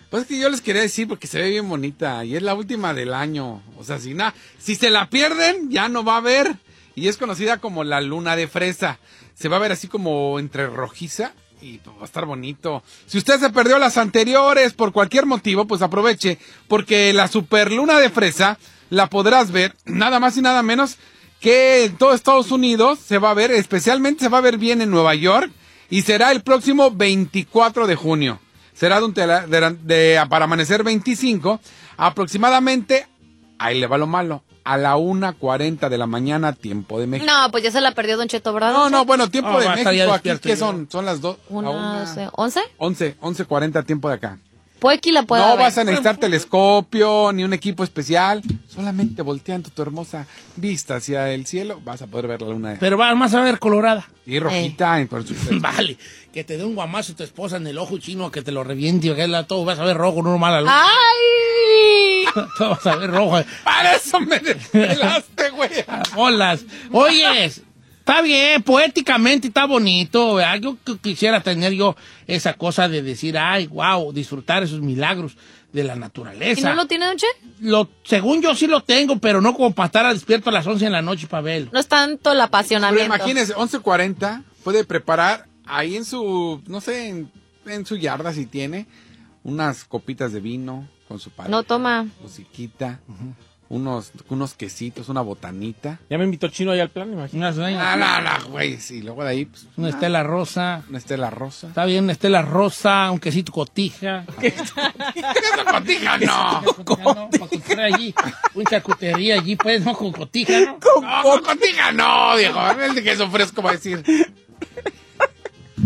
D: Pues es que yo les quería decir porque se ve bien bonita y es la última del año. O sea, si, na- si se la pierden, ya no va a haber. Y es conocida como la luna de fresa. Se va a ver así como entre rojiza y pues, va a estar bonito. Si usted se perdió las anteriores por cualquier motivo, pues aproveche porque la superluna de fresa la podrás ver nada más y nada menos que en todo Estados Unidos se va a ver, especialmente se va a ver bien en Nueva York y será el próximo 24 de junio. Será de un tela- de, de- para amanecer 25, aproximadamente, ahí le va lo malo, a la 1.40 de la mañana, tiempo de México. Ah,
F: No, pues ya se la perdió Don Cheto, ¿verdad?
D: No, pues,
F: don
D: no,
F: Cheto?
D: bueno, tiempo
B: No,
D: de
B: va a estar ya
D: México aquí,
B: despierto
D: que
B: yo.
D: son? Son las 2.
F: Una, doce, ¿Once?
D: 11, 11.40 tiempo de acá.
F: Puede que la pueda
D: no
F: ver.
D: vas a necesitar telescopio ni un equipo especial. Solamente volteando tu hermosa vista hacia el cielo vas a poder ver la luna.
B: Pero va- vas a ver colorada.
F: Eh.
D: Y rojita, y por supuesto.
B: Vale, que te dé un guamazo tu esposa en el ojo chino, que te lo reviente, que la todo, vas a ver rojo, normal. a la
F: ¡Ay!
D: Ah,
B: luz. Todo vas a ver rojo.
D: Para eso me desvelaste, güey.
B: Olas. Oye, está bien, poéticamente está bonito. ¿verdad? Yo qu- quisiera tener yo esa cosa de decir, ay, wow, disfrutar esos milagros de la
F: ¿Y
B: naturaleza.
F: no lo tiene, Don Che?
B: Lo- según yo sí lo tengo, pero no como para estar despierto a las 11 de la noche para verlo.
F: No es tanto el
D: Pero
F: apasionamiento.
D: imagínese, 11.40 puede preparar ahí en su, no sé, en, en su yarda si tiene, unas copitas de vino con su padre.
F: No toma.
D: Musiquita, unos, unos quesitos, una botanita.
C: Ya me invitó Chino ahí al plan, imagínate.
B: Una,
D: Ah, no, no, güey, sí, luego de ahí, pues,
B: una estela rosa.
D: una estela rosa.
B: Está bien, una estela rosa, un quesito cotija.
D: ¡Eso cotija, no!
B: No, para comprar allí, una charcutería allí, pues, no, con cotija, ¿no?
D: No, con cotija no, viejo. El de queso fresco va a decir.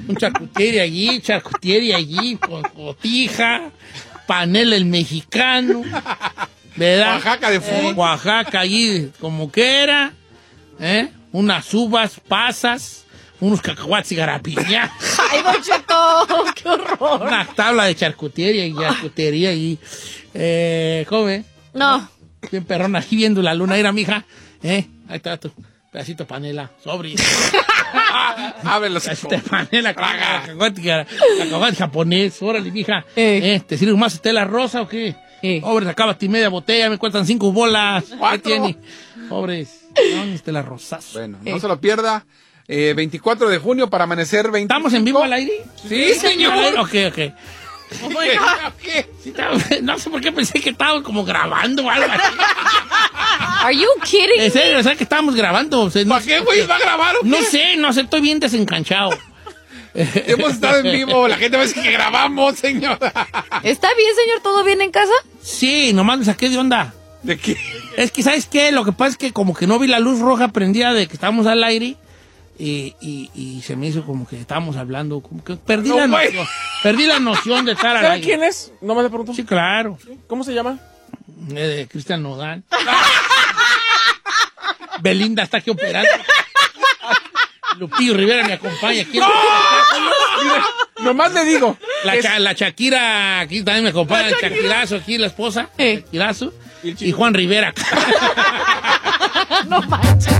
B: Un charcutieri allí, charcutieri allí, con cotija, panel el mexicano, ¿verdad?
D: Oaxaca de
B: Eh,
D: fútbol.
B: Oaxaca allí, como quiera, ¿eh? Unas uvas, pasas, unos cacahuates y garapiña,
F: ¡Ay, Don Cheto! ¡Qué horror!
B: una tabla de charcutería y charcutería allí. Eh, come,
F: No.
B: bien perrón, aquí viendo la luna, mira, mija, ¿eh? Ahí está tu pedacito de panela, sobre.
D: Ábrelo, sí.
B: Este panela,
D: Traga.
B: cacahuate, cara- cacahuate japonés, órale, mija. Eh, ¿Te sirve más estela rosa o qué?
F: Eh.
B: Pobres, acabas media botella, me cuentan cinco bolas. ¿Qué
D: Cuatro.
B: tiene? Pobres, no, ni estela rosas.
D: Bueno, no se lo pierda. Eh, 24 de junio para amanecer 20.
B: ¿Estamos en vivo al aire?
D: Sí, señor.
B: Ok, ok.
D: ¿Qué?
B: Sí, estamos- no sé por qué pensé que estábamos como grabando o algo así.
F: ¿Are you kidding?
B: En serio, o sea, que estábamos grabando. o sea, no,
D: ¿Para qué, güey? ¿Va a grabar o qué?
B: no sé, no sé, estoy bien desencanchado.
D: Hemos estado en vivo. La gente va a decir que grabamos, señora.
F: ¿Está bien, señor? ¿Todo bien en casa?
B: Sí, nomás me saqué de onda.
D: ¿De qué?
B: Es que, ¿sabes qué? Lo que pasa es que como que no vi la luz roja prendida de que estábamos al aire y, y- y se me hizo como que estábamos hablando, como que perdí
D: No,
B: la
D: güey.
B: noción, perdí la noción de estar al
C: ¿Sabe
B: aire.
C: quién es? No me le pregunto.
B: Sí, claro,
C: ¿Cómo se llama?
B: Eh, de Cristian Nodal. Belinda está aquí operando. Lupillo Rivera me acompaña. ¿Quién-
C: Nomás le digo.
B: La, Cha- la Shakira, aquí también me acompaña, el Shakirazo, aquí la esposa,
F: Eh.
B: Shakirazo, y Juan Rivera.
F: No manches.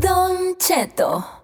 J: Don Cheto.